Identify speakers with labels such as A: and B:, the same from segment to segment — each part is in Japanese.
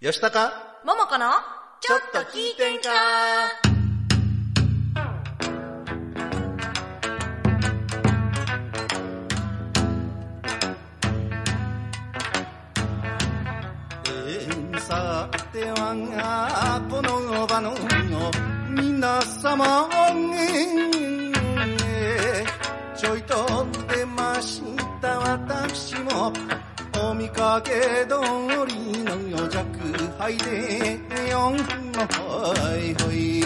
A: よしたか
B: ももこのちょっと聞いてんか
A: えー、さてはこの場の皆様えーちょいと出ました私もお見かけ通りの弱敗で四のほいほい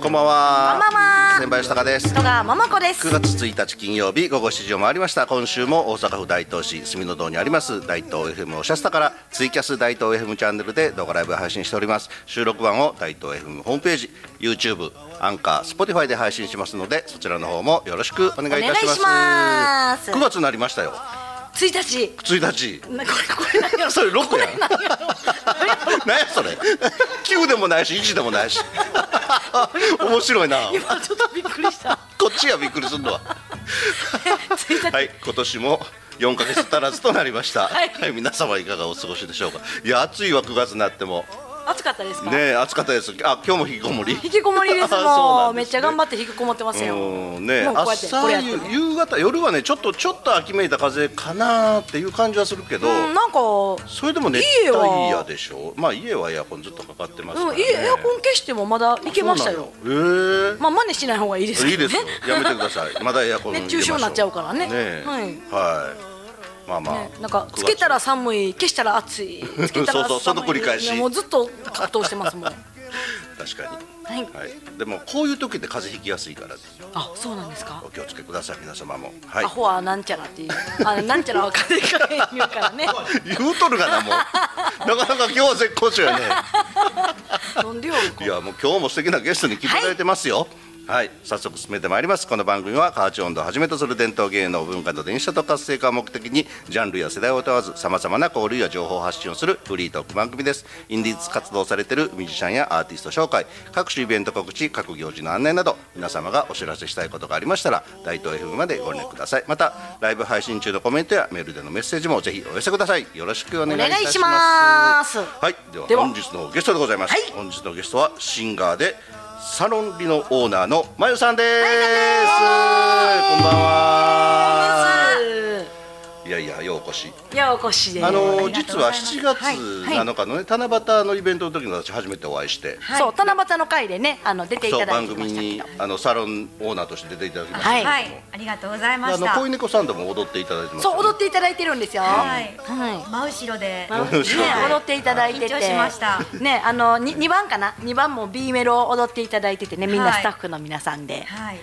C: こんばんは。
B: こんばんは
C: 先輩吉高です。
B: 戸川ももこです
C: 9月1日金曜日午後7時を回りました。今週も大阪府大東市住の堂にあります大東 FM おしゃスタからツイキャス大東 FM チャンネルで動画ライブ配信しております。収録版を大東 FM ホームページ、YouTube、アンカー、Spotify で配信しますので、そちらの方もよろしくお願いいたしま
B: お
C: す。
B: 願いします
C: 9月になりましたよ。
B: 1日
C: 1日。
B: なこれこれ何やろ
C: それ6や
B: これ何やろ
C: ん。なんやそれ。9でもないし、1でもな いし。面白いな。
B: 今ちょっとびっくりした
C: こっちがびっくりする のは。
B: 1日、
C: はい、今年も4ヶ月足らずとなりました。
B: は
C: はいい、皆様いかがお過ごしでしょうか。いや、暑いわ9月になっても。
B: 暑かったですか、
C: ねえ、暑かったです。あ、今日も引きこもり。
B: 引きこもりです
C: あ
B: も
C: そうなん
B: うめっちゃ
C: ね
B: 頑張って引きこもってますよ
C: うんねえ、
B: もうこうやってこ
C: 朝
B: れやって
C: 夕
B: ね
C: 夕方夜はねちょっとちょっと秋めいた風かなっていう感じはするけど、
B: うんなんか
C: それでも熱
B: 家は
C: 帯夜でしょまあ家はエアコンずっとかかってますから、
B: うん、
C: ね
B: いいエアコン消してもまだいけましたよ
C: そうなのへえ
B: まあ真似しない方がいいですけどね
C: いいですよ。やめてください。まだエアコン入れましょ
B: 熱
C: う。
B: 中症になっちゃうからね
C: え
B: はい
C: はい。まあまあ。
B: ねなんかつけたら寒い消したら暑いつけたら
C: そうそうその繰り返し
B: 寒いもうずっと格闘してますもんは
C: 9月確かに。
B: い
C: はい。でもこういう時って風邪ひきやすいからね
B: あそうなんですか
C: お気をつけください皆様も。はい
B: ア。ホはなんちゃらっていうあなんちゃらは風邪かけ言うからね
C: 言うとるがなもう。なかなか今日は絶好調やね。
B: 飲んでよ
C: いやもう今日も素敵なゲストに来ていただいてますよ。はい、早速進めてまいりますこの番組は河内音頭をはじめとする伝統芸能文化の電車と活性化を目的にジャンルや世代を問わずさまざまな交流や情報を発信をするフリートーク番組ですインディーズ活動されているミュージシャンやアーティスト紹介各種イベント告知各行事の案内など皆様がお知らせしたいことがありましたら大東 FM までご連絡くださいまたライブ配信中のコメントやメールでのメッセージもぜひお寄せくださいよろしくお願いいたします
B: お願いします
C: はいでは
B: では
C: 本日のゲストでございます、
B: はい
C: 本日のゲストはシンガーでサロンリのオーナーのまゆさんですこんばんはーいやいやようお越し
B: いやお越しで
C: あ
B: あ
C: の
B: りがと
C: 実
B: うござい
C: は
B: ます
C: 7月
B: はいはい
C: 7日のね七夕のイベントの時の私初めてお会いして
B: そう七夕の会でねあの出てい
C: そ
B: た
C: う
B: だい
C: 番
B: てま
C: 組
B: したけ
C: に
B: ど
C: あのサロンオーナーとして出ていただきました
B: はい
C: けれども
D: はい、ありがとうございま
C: あ
D: し
C: の
D: た。
C: 恋猫さんとも踊っていただいてますよ
B: そう
C: ね
B: 踊っていただいてるんですよ
D: はい、
B: はい
D: 真後ろで。
B: まあね
C: 面白い
B: 踊っていただいてて
D: 緊張しました
B: ねあのに二番かな二番も B メロを踊っていただいててねみん
D: は
B: ないスタッフの皆さんで
D: はい、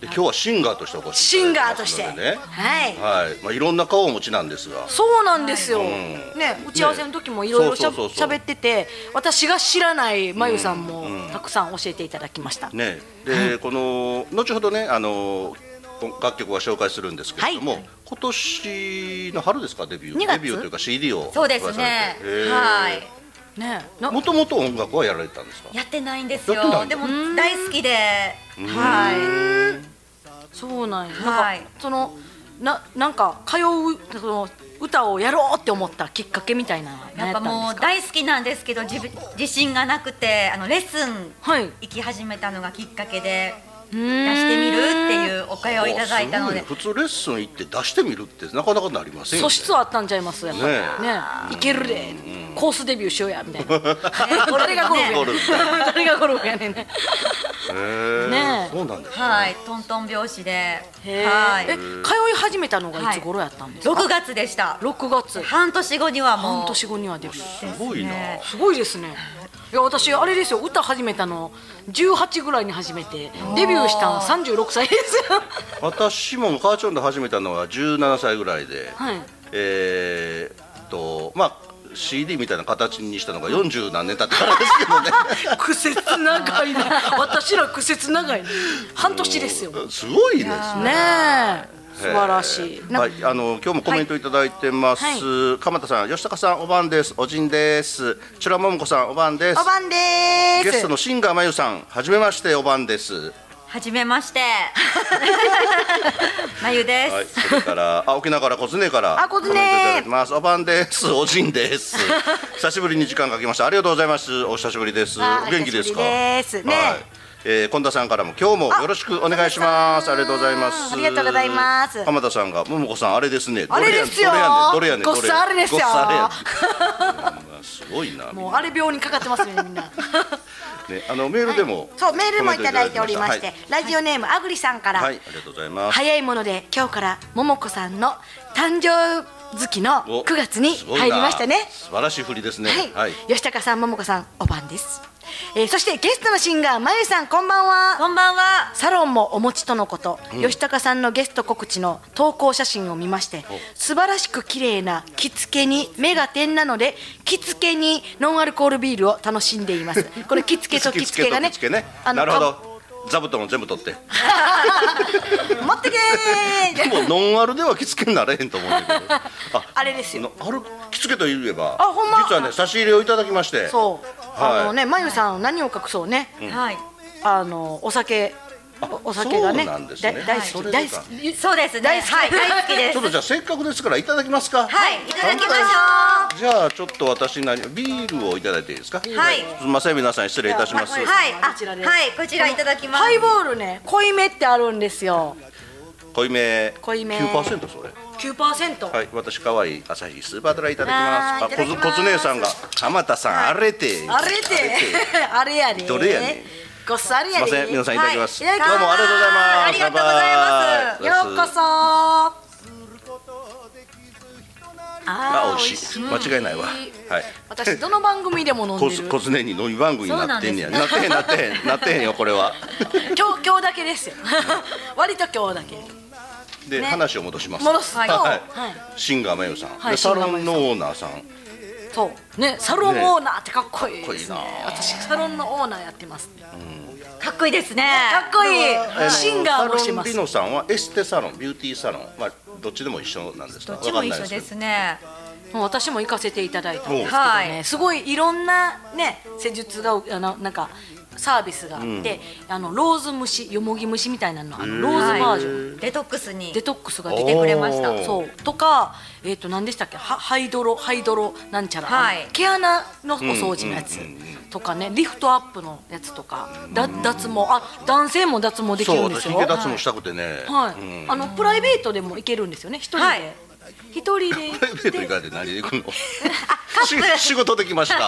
C: で今日はシンガーとしてお越し
B: シン
C: い
B: ガ
C: た
B: ーと
C: だいてま
B: し
C: す
B: て
C: のでね
B: はい
C: はいまあいろんな顔をお持ちなんですが
B: そうなんですよ、
C: ん
B: ね打ち合わせの時もいろいろしゃ
C: そうそうそうそう
B: 喋ってて私が知らないまゆさんもたくさん教えていただきました、
C: ね、で、この後ほどね、あの。こ楽曲は紹介するんですけれども、
B: はい
C: 今年の春ですかデビュー
B: 2月
C: デビューというか CD を
D: そうですね。はい、
B: ねな
C: もともと音楽はやられてたんですか
D: やってないんです
C: やってな
D: よ。
C: い
D: でも大好きで、は
B: そうなんや、な
D: は
B: ん
D: い。
B: かそのななんか通うその歌をやろうって思ったきっかけみたいなのはい何
D: や
B: やった
D: っぱ
B: んです
D: もう大好きなんですけど、自分自信がなくて、あのレッスン
B: はいう
D: 行き始めたのがきっかけで。
B: 出
D: 出してみるっていうお声をいただいたの
C: あ
D: で。
C: すごいね普通レッスン行って出してみるってなかなかなりませんよ、
B: 素
C: ね、
B: 質あったんちゃいますやっぱりね
C: ね
B: いけるでコースデビューしようやみたいな 誰がゴルフ
C: ゴ
B: やね
C: ル
B: ん
C: フ
B: 誰がゴルフやねんね
C: へー
B: ねえ
C: そうなんですね、
D: はい、トントン拍子で。
B: へー
D: はい
B: え。通い始めたのがいつ頃やったんですか、
D: 六月でした。
B: 6月
D: 半年後にはもう。
B: 半年後にはデビュー
C: すごいな、
D: ね
B: すごいですねいや私あれですよ歌始めたの18ぐらいに始めてデビューしたの36歳ですよ
C: 私もカーチョンで始めたのは17歳ぐらいで、
B: はい
C: えーっとまあ CD みたいな形にしたのが40何年経ったからですけどね
B: 苦節長いな 私ら苦節長いな半年ですよね
C: すごいですね。
B: え素晴らしいなんか
C: はい、あの今日もコメントいただいてます。
B: はい
C: 鎌田さん、吉高さん、おばんです。おじんです。ちらももこさん、おばんです。
B: おばんでーす
C: ゲストのシンガーまゆさん、はじめまして、おばんです。
D: はじめまして。まゆです。
C: はい、それから、あ、沖縄から、小常から。
B: あ小常
C: コメントいただいてます。おばんです。おじ んです。久しぶりに時間が来ました。ありがとうございます。お久しぶりです。
B: あ
C: 元気ですか。
B: お久しぶりですね
C: はい。えー、近田さんからも、今日もよろしくお願いします。
B: あ
C: ありがとうございます。
B: ありがとうございます
C: 浜田さんが、ももこさん、あれですね。
B: あれですよ
C: どれやねん。どれやねん。どれ
B: ご
C: やねん
B: っそあれですよ
C: ごっそあれやねんすごいな。
B: もうあれ病にかかってますよねみんな
C: ね、あのメールでも、
E: そうメールもいただいておりまして
C: コメン
E: ラジオネームあぐりさんか
C: トいた
E: ら、
C: だいてましたはい、はい、ありがとうございます。
B: 早いもので今日から桃子さんの誕生月の
C: お
B: 9月に
C: すごいな
B: 入りましたね
C: 素晴らしい振りですね。
B: はい、吉高さん桃子さんおばんです、えー、そしてゲストのシンガーまゆさんこんばんは
D: こんばんは。
B: サロンもお持ちとのこと、吉高さんのゲスト告知の投稿写真を見まして素晴らしく綺麗な着付けに目が点なので着付けにノンアルコールビールを楽しんでいます これ着付けと着付けがね
C: 着付けと着付けね。
B: あの
C: なるほど。座布団を全部取って。
B: か持ってけー
C: もうノンアルでは着付けになれへんと思うんだけど。あ
B: あれですよ
C: のある着付けといえば。
B: あほんま
C: 実はね差し入れをいただきまして。
B: そう、
C: はい
B: あのねまゆさん何を隠そうね、
D: はい。
B: あのお酒おお酒がね
C: そうなんですね
B: だ大
C: そ
B: 好
C: れ
B: き
C: でか
B: 大好き
D: そうですね。大好き,、はい、大好きで
C: ち
D: す
C: ょっ。とじゃあせっかくですからいただきますか。
D: はい。いただきましょ
C: じゃあちょっと私何ビールをいただいていいですか。
D: う。はい。
C: すみません皆さん失礼いたします。
D: はい。あ、
B: こちらで
D: はい。こちらいただきます。
B: ハイボールね濃いめってあるんですよ
C: 濃いめ。
B: 濃いめ
C: 9%それ。
B: 9%、
C: はい、私可愛い朝日スーパードライいただきます。
D: あーいただきます
C: こず、こつねえさんが、浜田さん、荒れて。
B: あれであれやで
C: どれやねん
B: ごっそあれ
C: すい
B: や
C: ま
B: で
C: せん、皆さんいただきます。ど
B: は
C: う
B: い
C: もありがとうございます。
D: ありがとうご
B: よう
C: 乾杯
D: ざいます
B: こそあ
C: あ、
B: ー
C: 美味しい。間違いないわ。はい。
B: 私どの番組でも飲
C: こ
B: んで
C: つ、
B: る
C: こつねに飲み番組になってんねや。
D: そう
C: なってへん、なってへん、なってへんよ、これは。
B: 今日今日だけですよ割と今日だけ
C: で、話を戻します。
B: 戻すと、
C: はい。
B: は
C: はいいシンガーまゆさん。
B: はい
C: で、サロンのオーナーさん。
B: そうねサロンオーナーってかっこいいですね
C: かっこいいな
B: 私サロンのオーナーやってます
D: かっこいいですね。
B: かっこい
C: あの
B: いシンガーもしてま
C: サロン
B: す
C: 美濃さんはエステサロン、ビューティーサロン、まあ、どっちでも一緒なんですか。
D: どっちも一
C: わかんないけ
D: 緒で
C: ど
D: すね。
B: もう私も行かせていただいたんですけどね、
D: はい
B: すごいいろんなね施術があのなんかサービスがあって、あのローズ蒸しよもぎ蒸しみたいなのあのローズバージョン、
D: はいデトックスに
B: デトックスが
D: 来
B: 出
D: て
B: て
D: くれまし
C: お
D: た。
C: ー
B: そうとかえっ、と何でしたっけハハイドロハイドロなんちゃら、
D: はい
B: あの毛穴のお掃除のやつとかねリフトアップのやつとかだ脱毛あ男性も脱毛でき
C: そ
B: るん
C: う、
B: で
C: 私、
B: す
C: ヒ
B: よ
C: ゲ脱毛したくてね。
B: はい、
C: うん
B: あのプライベートでも行けるんですよね一人で、
D: はい
B: 一人で
C: プライベート以外で何で行くの仕仕事できました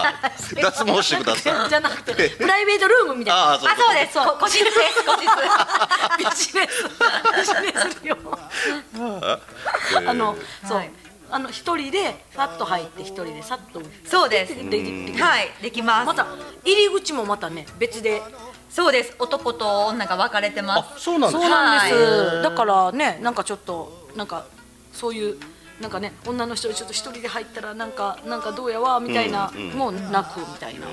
C: 脱毛してください
B: じゃなくてプライベートルームみたいな
C: ああそう
D: あ、そうです。こ個人です。個人です。
B: ビジネスビジネスよあのそう、
D: はい
B: あの一人でさっと入って一人でさっと
D: そうです。
B: でできる
D: はい、できます。
B: また入り口もまたね別で
D: そうです。男と女が分かれてます
C: あ。そうなんで
B: そ
C: す
B: う
C: か
B: なんで
D: は
B: すだからねなんかちょっとなんかそういうなんかね女の人ちょっと一人で入ったらなんかなんかどうやわみたいな、もうなくみたいな。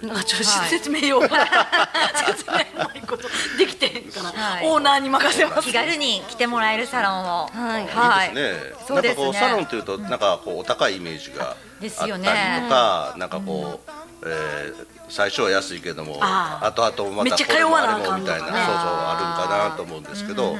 B: なんかちょっと
D: はい
B: 説明よう、 説明もいいことできてへんから、
D: はい
B: オーナーに任せます
D: 気。軽に来てもらえるサロンを。はい。
C: いいですね、
D: そう
C: なん
D: で
C: か
D: す
C: こう
D: ね。
C: サロンというとなんかこうお高いイメージがあったり
D: で
C: とか、
D: すよね
C: なんかこう、えー最初は安いけども
B: あー
C: 後々ま
B: めったちゃ
C: これも
B: 通わな
C: あ
B: あ
C: れ
B: か
C: も
B: ん
C: み
B: の
C: た
B: かない
C: なそうそうあるんかなと思うんですけど、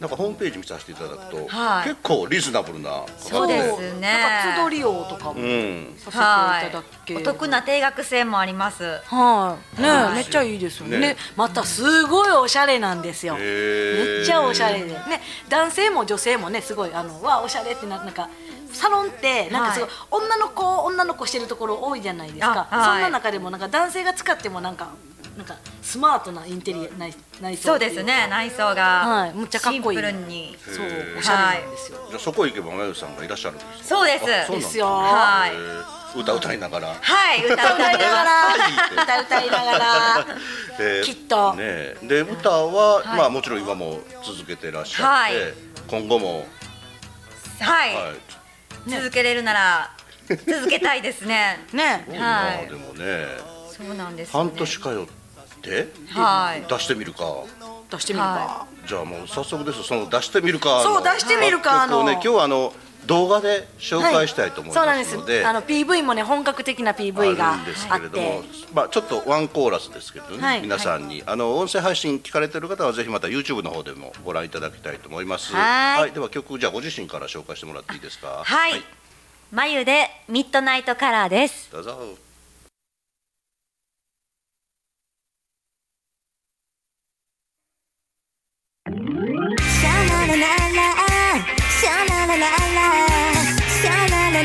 C: なんかホームページ見させていただくと、
D: はい
C: 結構リーズナブルな
D: そうで
B: そ
D: すね
B: うなんか都度利用とかも
C: うん
B: させ
D: は
B: てい
D: い
B: ただけ、
D: お得な定額制もあります。
B: はい、ね、
D: はい
B: めっちゃいいですよね
C: ね
B: またすごいおしゃれなんですよ
C: へー
B: めっちゃおしゃれでね男性も女性もねすごいあのわあおしゃれってななんかサロンってなんかすごい、女の子女の子してるところ多いじゃないですか、
D: あはい
B: そんな中でもなんか男性が使ってもなんかなんかスマートなインテリア内内装
D: そう
B: ってい
D: で
B: か
D: すね。内装が。
B: はいむっちゃかっこいい
D: シンプルに。
B: そう
C: へー
B: おしゃれなんですよ、
C: じゃあそこ行けばまゆさんがいらっしゃるんですか
D: そうです
C: あそ
D: は
B: で
C: うなん
B: す
C: だ
B: よ、
D: はい。
C: えー歌歌いながら
D: はい。歌
B: 歌
D: 歌
B: い
D: い
B: な
D: な
B: が
D: が
B: ら
D: ら。
B: 歌歌いながら
C: えー
B: きっと
C: ねえで歌は、まあもちろん今も続けてらっしゃって、
D: はい
C: 今後も、
D: はい。
C: はい
D: 続けれるなら。続けたいですね。
B: ね
C: 多いな
D: はい
C: でもね
D: そうなんです、ね。
C: 半年通って
D: はい。
C: 出してみるか
B: 出してみるか、
D: は
C: じゃあもう早速ですその出してみるか
B: そう出してみるか
C: 楽曲を
B: あの
C: ね今日はあの動画で紹介したいと思い
B: そう
C: ま
B: なんですす
C: ので、
B: あの PV もね本格的な PV が
C: あるんです
B: あ
C: け
B: っ
C: れども
B: て、
C: まあ、ちょっとワンコーラスですけどね、
B: はい
C: 皆さんに、あの音声配信聞かれてる方はぜひまた YouTube の方でもご覧いただきたいと思います
D: はい
C: では曲じゃあご自身から紹介してもらっていいですか
D: はい、眉でミッドナイトカラーです。
C: どうぞ
F: シャララララシャララララシャラララ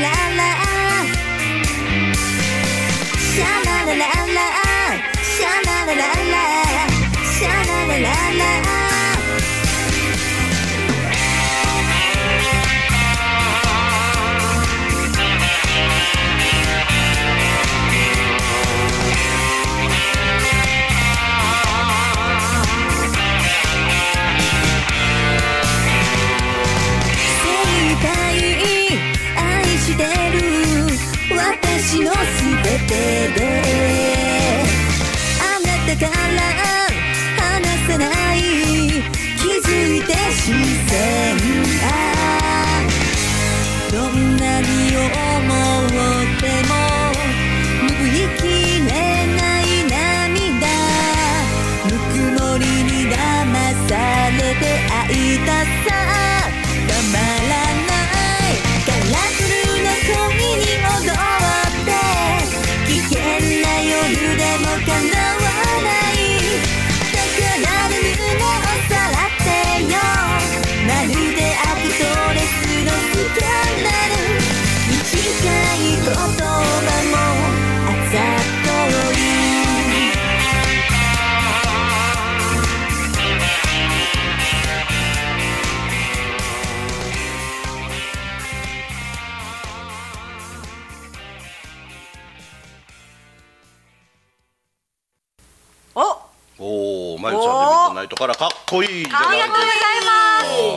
F: ラシャララララシャララララシャララララ精一杯愛してる私の全てであなたから離さない気づいて視線あどんなに思っても拭いきれない涙ぬくもりに騙されて会いたさたまらないカラフルな恋に踊って危険な夜でも叶わないだから夢をさらってよまるでアクトレスのスキャンダル短い言葉もあざとい
B: お
C: おおまゆちゃんでミッドナイトからかっこいいじゃないですかありがとうござい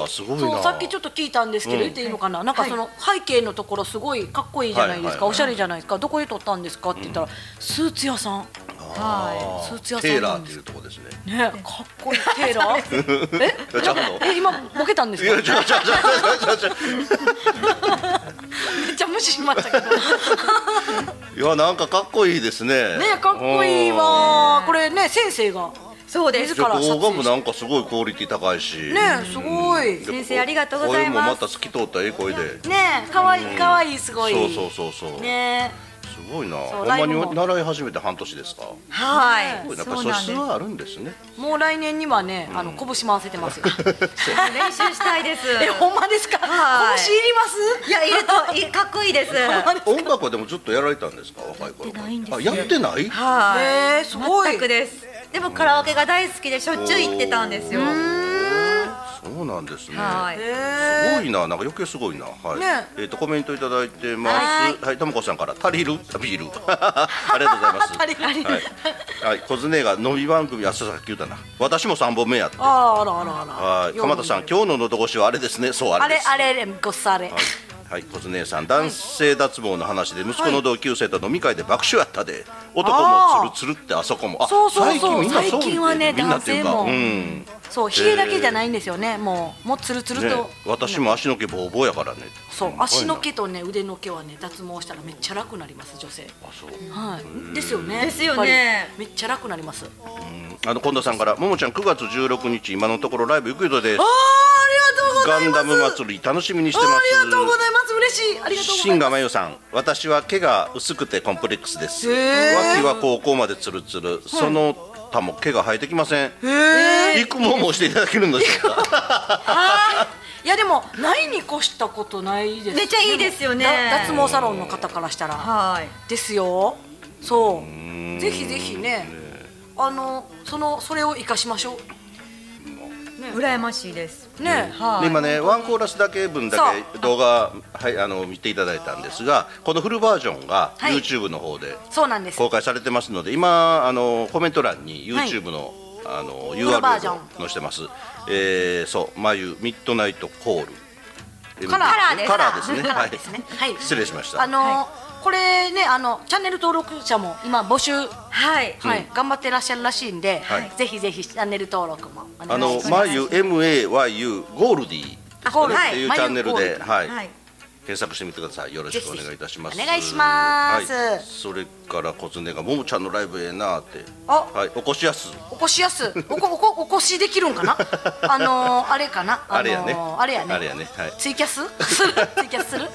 C: ますすごい
B: そ
C: な
B: うさっきちょっと聞いたんですけど、
C: うん
B: 言っていいのかななんかその背景のところすごいかっこいいじゃないですか、
C: はいはいはい
B: おしゃれじゃないですかどこで撮ったんですかって言ったら、スーツ屋さん
C: あ
B: ス
C: ー
B: ーツ屋さん
C: テーラーっていうとこですね
B: ねかっこいいテーラ ーえ
C: ちゃうの
B: え今ボケたんです
C: い
B: か
C: やちょちょち ょちょちょちょ
B: めっちゃ無視しましたけ どね
C: いやなんかかっこいいですね
B: かっこいいわこれね先生が
D: そうで。
B: ですす
C: うん
B: から
C: 動画も
B: ね
C: なんかすごいクオリティ高いし
B: すごい
D: 先生ありがとうございます
C: 声もまた透き通ったええ声で
B: ねかわいいかわいいすごい
C: そうそうそうそう、
B: ね
C: すごいな
B: そ
C: ほ
B: うん
C: ま
B: ライブも
C: に習い始めて半年ですかす
D: はい
C: ごい。なやっぱり
D: そ
C: 素
D: うなん
C: 質
D: です。
C: はあるんですね
B: もう来年にはねあの拳回せて ますよ
D: 練習したいです。
B: えほんまですか拳
D: はい
B: いります
D: いや、いると、いかっこいいです。は
C: 音楽はでもずっとやられたんですか若い頃からあやってない
B: え
D: い。
B: ーすごい
D: 全くです。でも、カラオケが大好きで、しょっちゅう行ってたんですよ。
C: そうなんですね
D: はい。
C: すごいな、なんか余計すごいな。はい。
B: ね
C: えっ、とコメントいただいてます。
D: は
C: はいい、ともこさんから足りるあビール。ありがとうございます。
B: 足りる
C: はい。はい、小常が飲み番組あそうさっき言ったな。私も三本目やって。は
B: あらあらあらあら
C: い。鎌田さん今日の喉越しはあれですね。そうあ
B: あれ
C: れです。
B: あれあれごっされ
C: はい、小常さん男性脱毛の話で息子の同級生と飲み会で爆笑やったで男もつるつるってあそこもあ
B: そうそうそう
C: 言
B: 最近はね
C: みんなっていうか
B: 男性も
C: うん
B: そうヒゲだけじゃないんですよねもうもうつるつる
C: ね
B: と、
C: 私も足の毛ボーボーやからね
B: そう
C: すごいな
B: 足の毛とね腕の毛はね脱毛したらめっちゃ楽になります女性
C: あそう
B: はいですよね
D: ですよね
B: やっぱりめっちゃ楽になりますあー
C: あの近藤さんから、ももちゃん9月16日、今のところライブ行くぞです。
B: あ
C: ガ
B: り
C: ン
B: がとうご
C: ダ
B: ざ
C: ム
B: います
C: 祭り楽しみにし
B: あ
C: てます。
B: りがとうございます嬉しいありがとうござ
C: シ
B: い
C: ン
B: ま
C: ガマヨさん、私は毛が薄くてコンプレックスです。
B: へー
C: 脇は高校までツルツル、その他も毛が生えてきません。育毛もしていただけるのでしょうか。
B: すいやでもないに越したことないです
D: めっちゃいいですよね
B: だ脱毛サロンの方からしたら
D: はい。
B: ですよそうぜひぜひねあのそのそれを生かしましょ
D: 羨ましいです。
B: うね
C: で今ね、ワンコーラスだけ分だけ動画、はい、あの見ていただいたんですが、このフルバージョンが
B: はい
C: YouTube の方で
B: そうなんです
C: 公開されてますので今あのコメント欄に YouTube の、あの
B: ルバージ
C: URL
B: ョン
C: を載せてます。えー、そう眉ミッドナイトコール
B: カラー
C: カラーですね。
B: カ
C: は
B: ラ
C: い
B: ーですねはい
C: 失礼しました。
B: あのーこれねあのチャンネル登録者も今募集
D: はい。
B: はい、頑張ってらっしゃるらしいんで、
C: はい
B: ぜひぜひチャンネル登録もお
C: あ
B: 願い
C: の
B: します。
C: 眉 M A Y U ゴールディですかね
B: ゴールディ
C: っていう
B: はい
C: チャンネ
B: 眉
C: ル
B: ゴール
C: で、
B: デ
C: はい、
D: はい。
C: 検索してみてくださいよろしくお願いいたします
B: ぜひぜひお願いします
C: はい、それから小常がももちゃんのライブええなって
B: あ
C: はい起こしやす
B: 起こしやすおこおこおこしできるんか なあのー、あれかな、のー
C: あれやね
B: あれやね
C: あれやねはい
B: ツイキャス するツイキャスする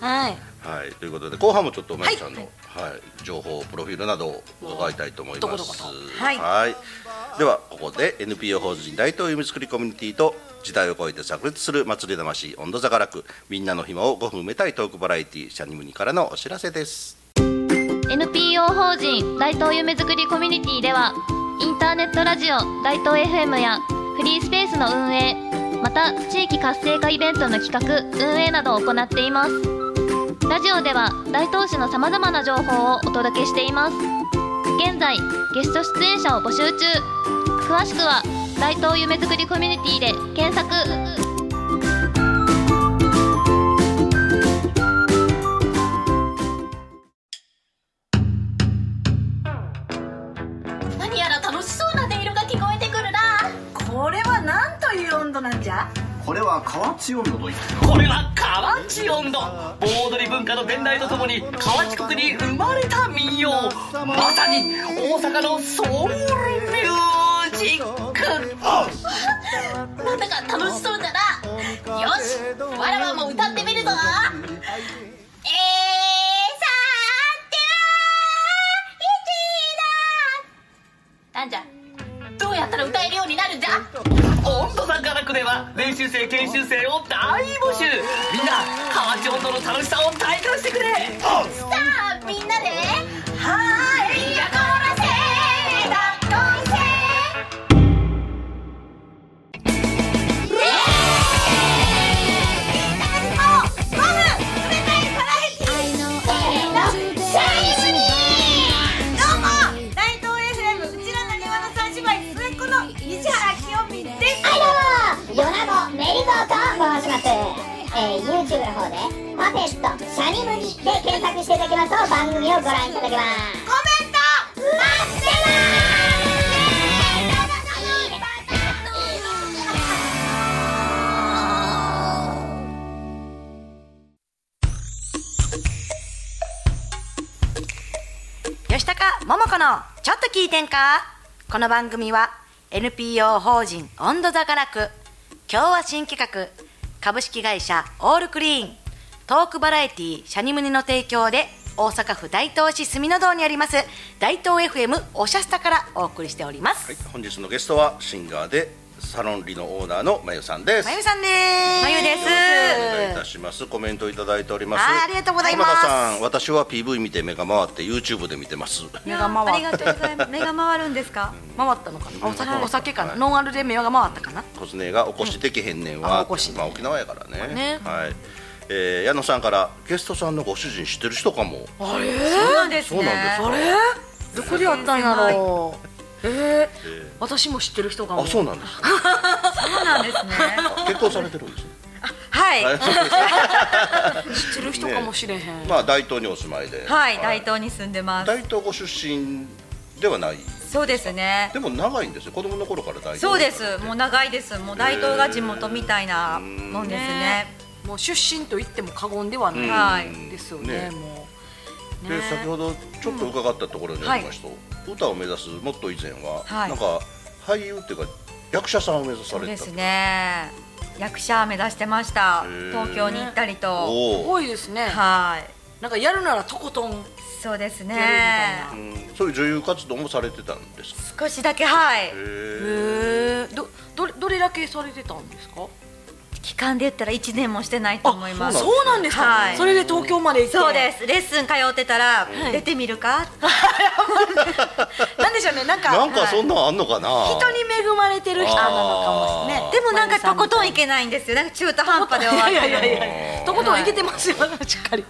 B: はい
C: はいということで後半もちょっとおまゆちゃんの、
B: は
C: はい情報プロフィールなどを伺いたいと思い
B: どこ
C: ま
B: どこ
C: す
B: と
D: はい
C: ではここで NPO 法人大東夢作りコミュニティと時代を超えて炸裂する祭り魂温度差が楽みんなの暇を5分埋めたいトークバラエティシャニムニからのお知らせです
G: NPO 法人大東夢づくりコミュニティではインターネットラジオ大東 FM やフリースペースの運営また地域活性化イベントの企画運営などを行っていますラジオでは大東市のさまざまな情報をお届けしています現在ゲスト出演者を募集中詳しくは大東夢づくりコミュニティで検索
H: 何やら楽しそうな音色が聞こえてくるな
B: これはなんという温度なんじゃ
I: これは河内温度といって
H: これは河内音頭盆踊り文化の伝来とともに河内国に生まれた民謡まさに大阪のソウルミュージックなんだか楽しそうだなよしわらわも歌ってみるぞえー、さては、いちだなんじゃどうやったら歌えるようになるんじゃ温度差科学では練習生研修生を大募集みんな河内温度の楽しさを体感してくれさあみんなではーいやこらせだっこいせ
J: ヨナのメリゾーと申します、えー、YouTube の方で「パペットシャニムニ」で検索していただきますと番組をご覧いただけますコメント待って
B: 吉高桃子のちょっと聞いてんかこの番組は NPO 法人温度座が楽今日は新企画株式会社オールクリーントークバラエティシャニムニの提供で大阪府大東市住の堂にあります大東 FM おしゃスタからお送りしております、
C: はい本日のゲストはシンガーでサロンリのオーナーのまゆさんです
B: まゆさんです
D: まゆで
C: お願いい
B: す
C: たします。コメントいただいております。
B: あーありがとうございます
C: 浜田さん、私は PV 見て目が回って YouTube で見 てます。
B: 目が回
D: ありがとうございます目が回るんですか
B: 回ったのかなお酒お酒かな、
C: はい
B: ノンアルで目が回ったかな
C: コスネが起こしてきへんねん
B: うんあ
C: わ。
B: 起こし
C: まあ沖縄やからね。
B: ね
C: はい。えー、矢野さんからゲストさんのご主人知ってる人かも。
B: あれ
D: そうなんです
C: そう
D: ね
C: なんです
B: ど
C: か。
B: こでやったんやろう。ええ私も知ってる人がも。
C: あ、そうな んですか。
D: そうなんですね
C: あ結婚されてるんですね。
D: はい
C: あそうですね
B: 知ってる人かもしれへん。
C: まあ大東にお住まいで。
D: はい大東に住んでます
C: 大東ご出身ではない。
D: そうですね
C: でも長いんですよ。子供の頃から大東。
D: そうですもう長いですもう大東が地元みたいなもんですね
B: もう出身と言っても過言ではない、
D: はい
B: ですよね。
C: ね
B: もう。
C: で先ほどちょっと伺ったところにありますと、歌を目指すもっと以前は、
D: はい
C: なんか俳優っていうか役者さんを目指さ
D: そう
C: れて
D: で
C: た
D: すね役者目指してました
C: へー
D: 東京に行ったり
B: す
D: と
C: おお、
B: ごいですね。
D: はい
B: なんかやるならとことんやる
D: そうです
B: みたい
D: ね
B: な。
C: うんそういう女優活動もされてたんですか
D: 少しだけはい
B: へえ。どどれどれだけされてたんですか。
D: 期間で言ったら1年もしてないと思います
B: そうなんですか。
D: はい
B: それで東京まで行って。
D: そう ですレッスン通ってたら出てみるか
B: す。なんでしょうね。なんか
C: なんかそんなんあんのかな、
B: 人に恵まれてる人なのかもしれない。
C: あー
D: でもなんかとことんい
B: い
D: けないんですよなんか中途半端で終わ
B: いやいやい
D: る
B: やいやとことんいけてますよ、しっかり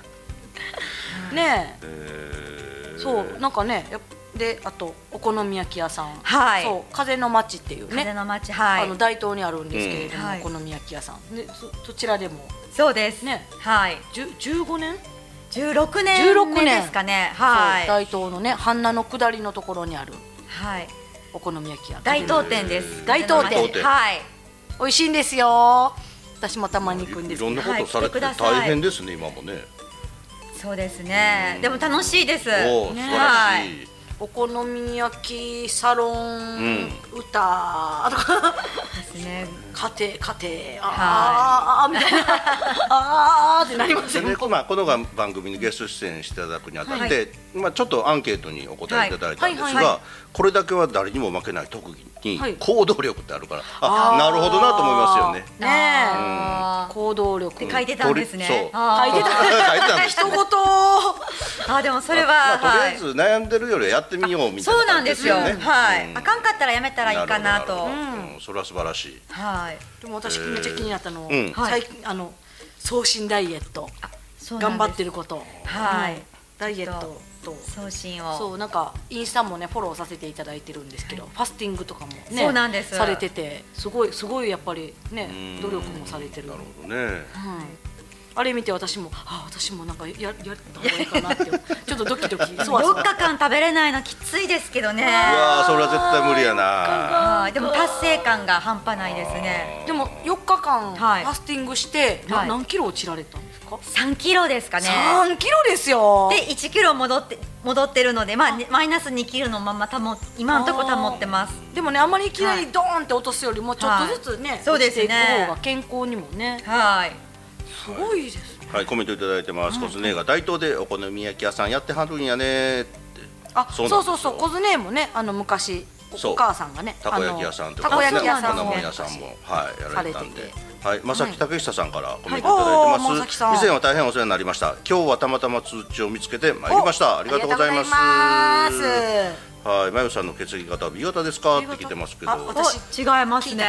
B: ねえそうなんかねやっであとお好み焼き屋さん、
D: はい
B: そう風の町っていう
D: 風
B: ね
D: の街は
B: あ
D: い
B: の大東にあるんですけれども、
D: うんはい
B: お好み焼き屋さんでそそちらでも
D: そうです
B: ね
D: はい
B: じゅ15年、
D: 16
B: 16
D: 年
B: 年
D: 目ですかねはい
B: そう大東のね半名の下りのところにある
D: はい
B: お好み焼き屋
D: 大東店です
B: 大東店
D: はい
B: 美味しいんですよ私もたまに行くんで
C: い
B: す
C: ろん
B: けど
C: なことされて
D: はい来てください
C: 大変ですね、今もね。
D: そうですね。でも楽しいです。
C: おー素晴
D: は
C: ら
D: い。
C: しい。
B: お好み焼きサロン、
C: ん
B: 歌とか
D: ですね。
B: 家庭家庭あーあーあーみたいなあーあーってなります
C: で
B: よ
C: ね、まあ、この番組にゲスト出演していただくにあたって、まあ、ちょっとアンケートにお答えいただいたんですが、
B: はいはいは
C: これだけは誰にも負けない特技
B: はい
C: に行動力ってあるから、あなるほどなと思いますよね。
B: ねえ
D: あー
B: 行動力
D: 書いてたんですね
C: 鳥そう。
D: あ
B: 書いてた
C: 書いてたんです
B: 一
C: ね
B: 言
D: ーあー、でもそれは、
C: まあとりあ
D: は
C: え
D: い。
C: ず悩んでるよりはやってみようみたい
D: そう
C: な
D: な
C: 感
D: ん
C: じ
D: ですよ。
C: ね
D: はい。
C: うん
D: あかんかったらやめたらいいかな
C: る
D: と
C: ほ。どなるほどうんそれは素晴らしい。
D: はい。
B: でも私めっちゃ気になったの、
C: うん
B: 最近あの送信ダイエット
D: そうなん
B: 頑張
D: です
B: ってること
D: はい。
B: ダイエットと
D: 送信を。
B: そうなんかインスタもねフォローさせていただいてるんですけど、ファスティングとかもね
D: そうなんです
B: されててすごいすごいやっぱりね努力もされてる
C: なるほどね。
B: はい、あれ見て私もあ私もなんかややった方がいいかな ってちょっとドキドキそわそ
D: 4
B: わ
D: 日間食べれないのきついですけどね。
C: うわあ、それは絶対無理やな。
D: はい。でも達成感が半端ないですね。
B: でも4日間フ
D: はい
B: ァスティングして、な
D: はい
B: 何キロ落ちられたんですか、
D: 3キロですかね。
B: 3キロですよ
D: で1キロ戻って戻ってるので、まあね、マイナス2キロのまま保今のところ保ってます。
B: でもねあんまりいきな
D: はい
B: りドーンって落とすよりもちょっとずつね、
D: はいそうです
B: 落
D: ね
B: ちていく方が健康にもね
D: はい。
B: すごいですね
C: はい、コメントいただいてます。コスネが大東でお好み焼き屋さんやってはるんやねって。
B: あ
C: そ
B: そうう
C: なん
B: そう
C: ですよ
B: そう小津ねもねあの昔
C: そう
B: おお母さんがね
C: たこ焼き屋さんと
B: あの
C: か、
B: たこ焼き屋さんも
C: 粉もん
B: ね
C: 屋さんも、はい、やられてたんで
B: されて。
C: はい、正木竹久さんからコメントい
B: はい
C: ただい
B: おー正
C: て
B: 木
C: ま
B: さん
C: す。以前は大変お世話になりました。今日はたまたま通知を見つけて参りました。ありがとうございます。
B: ありがとうございます
C: はい、まゆさんの血液型は B 型ですかって来てますけど。
B: あ
C: ね
B: 私
D: お違いますね。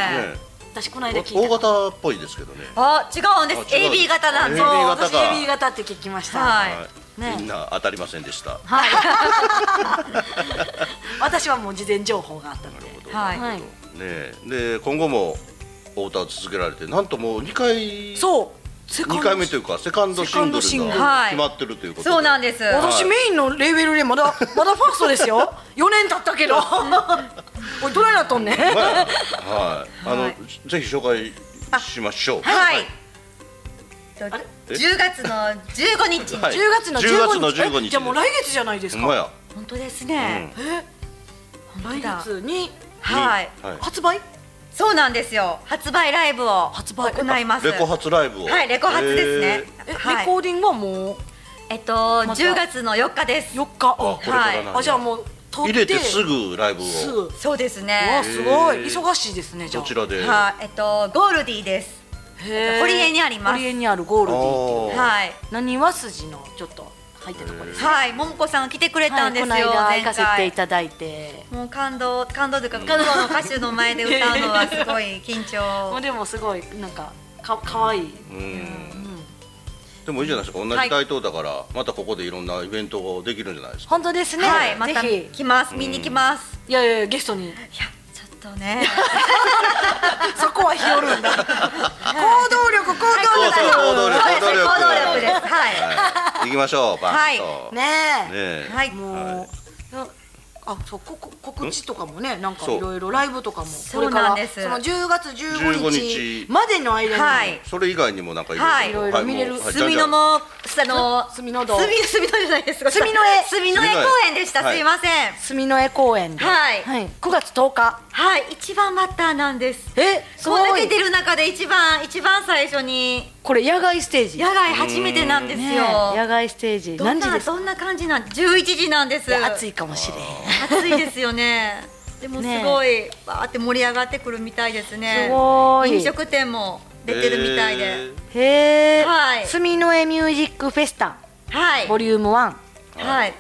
B: 私この間聞いた
C: O 型っぽいですけどね。
D: あ違うんです。
C: あ違う
D: AB 型なんです。
C: AB
B: そう
C: 型
B: 私
C: か
B: AB 型って聞きました、
D: はい
C: はい、
B: ね
C: みんな当たりませんでした。
B: 私はもう事前情報があったので
D: はい。
B: はい
C: ねえ、で今後もお歌を続けられて、なんともう2回、
B: そうセ
C: 2回目というかセカンドシングルが決まってるということで。
D: そうなんです。
C: はい
B: 私メインのレーベルでまだまだファーストです よ4年経ったけどおいどないなっとんねん
C: まあはい、あの、ぜひ紹介しましょう。
D: はい。と
C: え
D: 10月の15日に。
C: はい
B: 10月の15日
C: 10月の15日
B: えじゃあもう来月じゃないです
C: ほんま
B: か
C: や。
D: 本当ですね。
B: 来月に
D: はい。
C: はい。
B: 発売
D: そうなんですよ。発売ライブを
B: 発売
D: 行います。
C: レコ発ライブを。
D: はい、レコ発ですね
C: えー。
B: え、
D: は
B: レ
D: い
B: コ。ーディングはもう
D: えっと10月の4日です。
B: 4日
C: あ、これからなんや
B: あじゃあもう撮って
C: 入れてすぐライブを。
B: すぐわ
D: そうです
B: あ
D: ね。
B: すごい
C: へー
B: 忙しいですねじゃ
C: ど
B: あ
C: ちらで。あ
D: はい。えっとゴールディです。
B: へー
D: 堀江にあります
B: 堀江にあるゴールディっていう
C: ー
D: はい。
B: 何は筋のちょっと入ったとこです。
D: はい、ももこさんが来てくれたんですよ、
B: はいこの間
D: 前
B: 行かせていただいて。
D: もう感動、感動というか、プロの歌手の前で歌うのはすごい緊
B: もう
D: 張。
B: でもすごいなんかか可愛いい。
C: でもいいじゃないですか。同じ
D: はい
C: 台頭だから、またここでいろんなイベントができるんじゃないですか。
B: 本当ですね。
D: はい、また
B: ぜひ
D: 来ます、見に来ます。
B: いやいやいやゲストに
D: いや、ちょっとね。
B: そ こは日和るんだ。行動力行
C: そうそう行動力
D: そうですね行動力です。はい。
C: はい。行きましょう。バンと。
D: は
B: ね
C: ね
B: え。
C: え。
D: はい。
B: もう、
C: は
B: あそうここ告知とかもねなんか
C: そう
B: いろいろライブとかもこ
D: そう
B: れから
D: なん
B: そ
D: です
B: の10月15
C: 15日
B: 日までの間に、
D: はい。
C: それ以外にもなんかいろいろ。
D: はい
B: いろいろ見れる
C: もう
B: は
D: 住野。も、あの、
B: す住野堂
D: 住野、住野じゃないです。
B: 住野江
D: 住野江公園でした。
C: は
D: す
C: い
D: いません。
B: 住の江公園で、
D: はい
B: 9月10日
D: はい、一番バッターなんです。
B: えす
D: こんだ
B: ご
D: け
B: い
D: 出る中で一番、一番最初に、
B: これ野外ステージ
D: 野外初めてなんです
B: ね
D: よ。
B: え野外ステージ
D: ど
B: 何
D: ん
B: 時
D: な
B: ですか
D: どんな感じなん11時なんです
B: 暑いかもしれん
D: 暑いですよねで もす
B: ねえ
D: ごいバーって盛り上がってくるみたいですね
B: すごい
D: 飲食店も出てるみたいで、
C: え
B: へえ、
D: はい
B: 住の江ミュージックフェスタ
D: はい
B: ボリューム1、は
D: はい
B: い、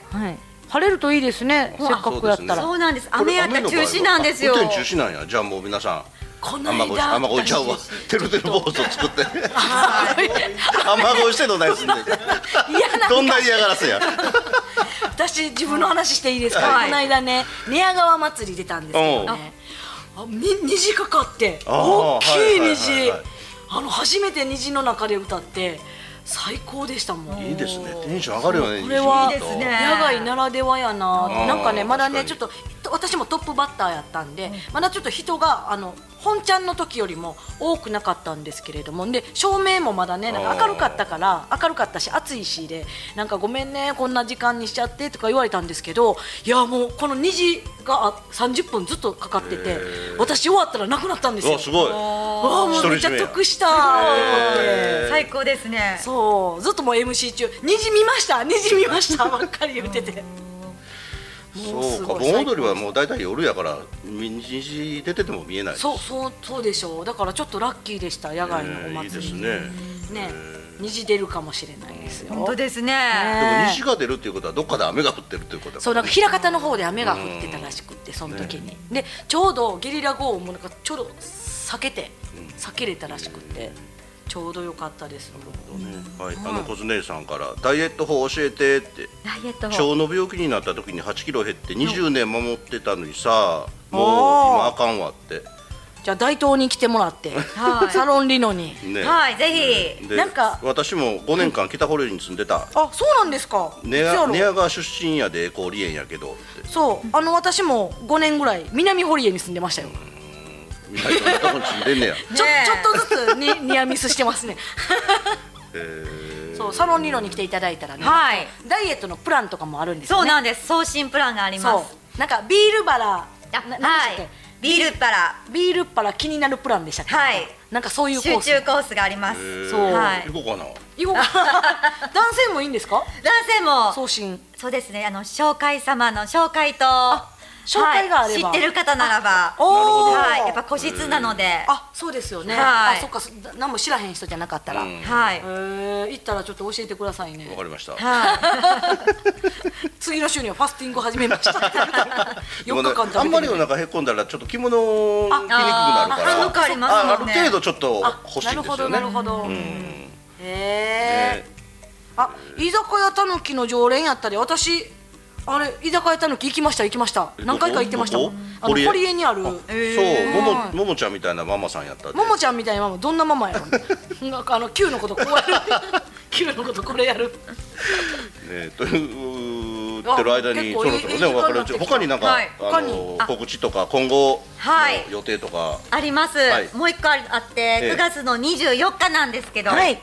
B: 晴れるといいいですねせ
D: う
B: っかくやったら、
D: そうなんです
C: ー。これ
D: 雨やったら中止なんですよ
C: 雨の場合はあ雨天中止なんや。じゃあもう皆さん。
B: この間
C: 雨乞い雨乞いちゃうわてるてる坊主を作って雨乞いしてどないすんねんどんな嫌がらせや
B: 私自分の話していいですか、
D: はい
B: この間ね寝屋川祭り出たんですけどねあに虹かかって
C: あー
B: 大きい
C: はいはい
B: 虹、
C: はいはい
B: あの初めて虹の中で歌って最高でしたもん
C: いいですねテンション上がるよね
B: これは
C: 西村と
B: 野外ならではやな
C: うん
B: なんかねまだ
C: 確か
B: ね
C: に
B: ちょっと私もトップバッターやったんで、まだちょっと人があの本ちゃんの時よりも多くなかったんですけれどもで照明もまだねなんか明るかったから明るかったし暑いしでなんかごめんねこんな時間にしちゃってとか言われたんですけどいやもうこの2時があ30分ずっとかかってて私終わったらなくなったんですよ。
C: うわすご
B: わ
C: い
B: あもうめっちゃ得した
D: 最高ですね
B: そうずっともう MC 中「にじみましたにじみま した」ばっかり言っててもう
C: そ
B: す
C: うか
B: ごい
C: 盆踊りはもう大体夜やから日出てても見えない
B: そうそうそうでしょうだからちょっとラッキーでした野外のお
C: ねいいで
B: 祭り、
C: すね
B: ね虹出るかもしれないですよ
D: 本当ですね
C: でも
B: ね
C: 虹が出るっていうことはどっかで雨が降ってるっていうことだ
B: そうなんか枚方の方で雨が降ってたらしくってその時に、でちょうどゲリラ豪雨もなんかちょうど避けて避けれたらしくってちょうど良かったです
C: はい、あの小津姉さんからダイエット法教えてって
D: ダイエット
C: 腸
D: 法
C: の病気になった時に8キロ減って20年守ってたのにさもう今あかんわって
B: じゃあ大東に来てもらって、
D: はい
B: サロンリノに
C: ね
D: はいぜひ
C: で
B: なんか
C: 私も5年間北堀に住んでた
B: あそうなんですかそ
C: 寝
B: うや
C: 屋
B: ろ
C: 寝屋川出身やで氷園やけどって
B: そう、あの私も5年ぐらい南堀江に住んでましたよ。
C: みたいなとこに住んで んねや
B: ちょちょっとずつ にニアミスしてますね。
C: へ ー
B: そうサロン理論に来ていただいたらね、
D: はい
B: ダイエットのプランとかもあるんですよ
D: そ
B: ね。
D: うなんです送信プランがあります
B: そうなんかビールバラ
D: あ
B: な何で
D: は
B: したっ
D: いビールパラ
B: けビールバラ気になるプランでしたっけ？
D: はい
B: なんかそういうコ
D: 集
B: ース
D: 中。コースがあります
B: そう
D: はい
C: 行こうかな
B: 行こ うか男性もいいんですか？
D: 男性も
B: 送信。
D: そうですねあの紹介様の紹介と
B: 紹介があれば
D: はい知ってる方ならば
B: おー
D: はいやっぱ個室なので
B: あそうですよね。
D: は
B: あ
D: い
B: そっかそ何も知らへん人じゃなかったら。
C: うん
B: へ
D: はい
B: ー行ったらちょっと教えてくださいね
C: わ。かりました
D: はい
B: 次の週にはファスティングを始めました。
C: でも
B: 4
C: ね
B: 日間食べて
C: あんま
B: み
C: り
B: る
C: お腹へこんだらちょっと着物を着にくくなるか
D: あ
C: ら
D: ああありますもんね
C: あある程度ちょっと欲しいんで
B: なる
C: すよね
B: ほどなるほど。
C: うん
B: へえ
C: ね。
B: あ、居酒屋たぬきの常連やったで、私。あれ、居酒屋たぬき行きました、行きました。
C: え
B: 何回か行ってましたもん
C: ど
B: あ
C: こ。
B: の、
C: 堀江
B: 堀江にある。
C: そうももももちゃんみたいなママさんやったで
B: ももちゃんみたいなママ、どんなママやろ ね。なんか、あの、九のことこうやる。 九のことこれやる。
C: ねという言ってる間に
B: あ結
C: そ
B: 構い
C: ろ
B: い
C: そろねお別れ
B: いい時間になってきた
C: 中他になんか、
D: はい
C: あ
B: 他に
C: の告知とか今後
D: はい
C: の予定とか
D: あります、
C: はい
D: もう一個あるあって、
C: ええ
D: 9月の24日なんですけど、
B: はい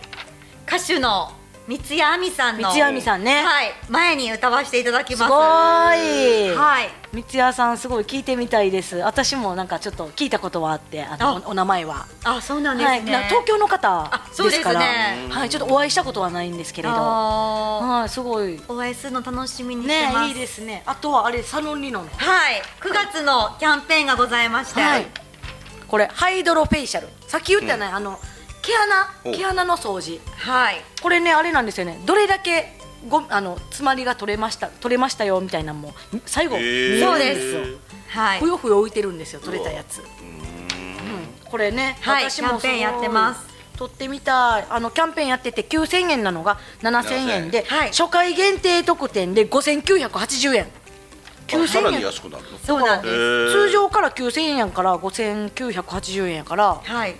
D: 歌手の三ツ矢亜美さんの
B: 三ツ矢亜美さんね
D: はい、前に歌わせていただき
B: す
D: ます
B: ごーい。
D: はい
B: 三ツ矢さんすごい聞いてみたいです。私もなんかちょっと聞いたことはあって、あの
D: あ
B: おお名前は。
D: あそうなんです
B: は
D: ね、
B: い、な東京の方
D: あそう
B: で
D: です
B: す
D: ね
B: から、はい、ちょっとお会いしたことはないんですけれど、は
D: あ
B: い、すごい
D: ーお会いするの楽しみにして
B: ね
D: ます、
B: いいですね。あとはあれサロンリノの、
D: はい9月のキャンペーンがございまして、
B: はい、これハイドロフェイシャル。さっき言ったね、あの毛
C: お
B: 穴毛穴の掃除。
D: はい
B: これねあれなんですよね。どれだけごあの詰まりが取れました取れましたよみたいなのも最後、
C: へ
B: 見
C: ー
B: えるん
D: そうです
B: よ。
D: はい
B: ふよふよ浮いてるんですよ取れたやつ。うんこれね、
D: はい
B: 私も
D: キャンペーンやってます。
B: 取ってみたい。あのキャンペーンやってて9000円なのが7000円で、
D: はい
B: 初回限定特典で5980円。
C: あさらに
B: 円。
C: 安くなるの
D: そうなんです、
C: へー
B: 通常から9000円やから5980円やから
D: はい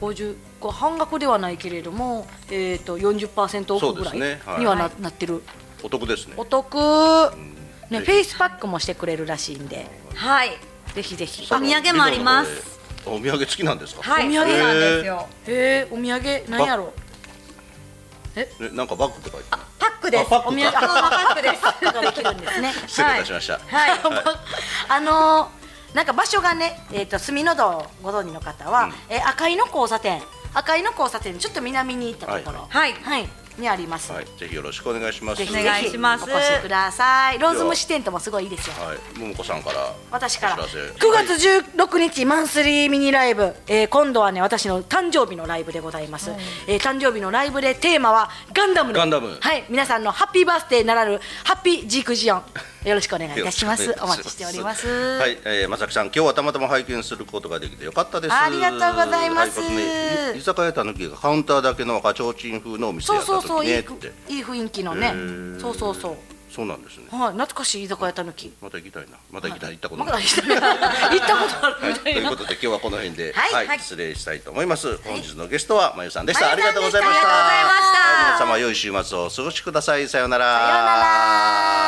B: 50こう半額ではないけれども、えー、と40%オフぐらい
C: そうですねはい
B: にはな,、なってる
C: お得ですね
B: お得、ね、
C: ぜひ
B: フェイスパックもしてくれるらしいんで
D: はい
B: ぜひぜひ
D: お土産もあります
C: あお土産付きなんですか、
D: はい
B: お土産
D: そうなんですよ
B: えー、お土産なんやろ
C: ね、なんかバッグって書いてある
D: パックです
C: あパックか
D: お土産あパックです
B: うができるんですね
C: 失礼いたしました、
D: はい
B: あのーなんか場所がね、えー、と隅の道ご存知の方は、えー赤井の交差点赤井の交差点ちょっと南に行ったところ
D: はい
B: はいにあります、
C: はい、ぜひよろしくお願いします
B: ぜひぜ
D: お
B: ひ
D: 願いします
B: お越しくださいローズ蒸しテントもすごいいいですよ
C: はい、ももこさんから
B: 私から
C: お
B: 9
C: 知らせ
B: 月16日マンスリーミニライブ、えー今度はね私の誕生日のライブでございます、えー誕生日のライブでテーマはガンダムの
C: ガンダム
B: はい皆さんのハッピーバースデーならぬハッピージークジオンよろしくお願いいたします
C: よろく
B: お
C: 願い
B: 待ちしております
C: はい、えー、まさきさん、今日はたまたま拝見することができてよかったです。
B: ありがとうございます
C: はいこれね居酒屋たぬきがカウンターだけの赤ちょうちん風のお店
B: そ
C: や
B: う
C: った
B: そうそう
C: 時
B: いい
C: ねっ
B: く
C: て。
B: いい雰囲気のねそうそうそう
C: そうなんですね
B: はい、懐かしい居酒屋たぬき。
C: また行きたいなまた行きたい行ったこと
B: ま
C: ない
B: だ行ったことある
C: はい、
B: み
C: と
B: た
C: い
B: いうな
C: こ。とで今日はこの辺で、
B: はいはい
C: 失礼したいと思います、本日のゲストはまゆさんでしたあ
B: ま
C: り
B: ゆさん
C: がと
B: で
C: うご
B: した
C: ざいました
B: ありがとうございました
C: はい皆様良い週末をお過ごしくださいさようなら
B: さようなら。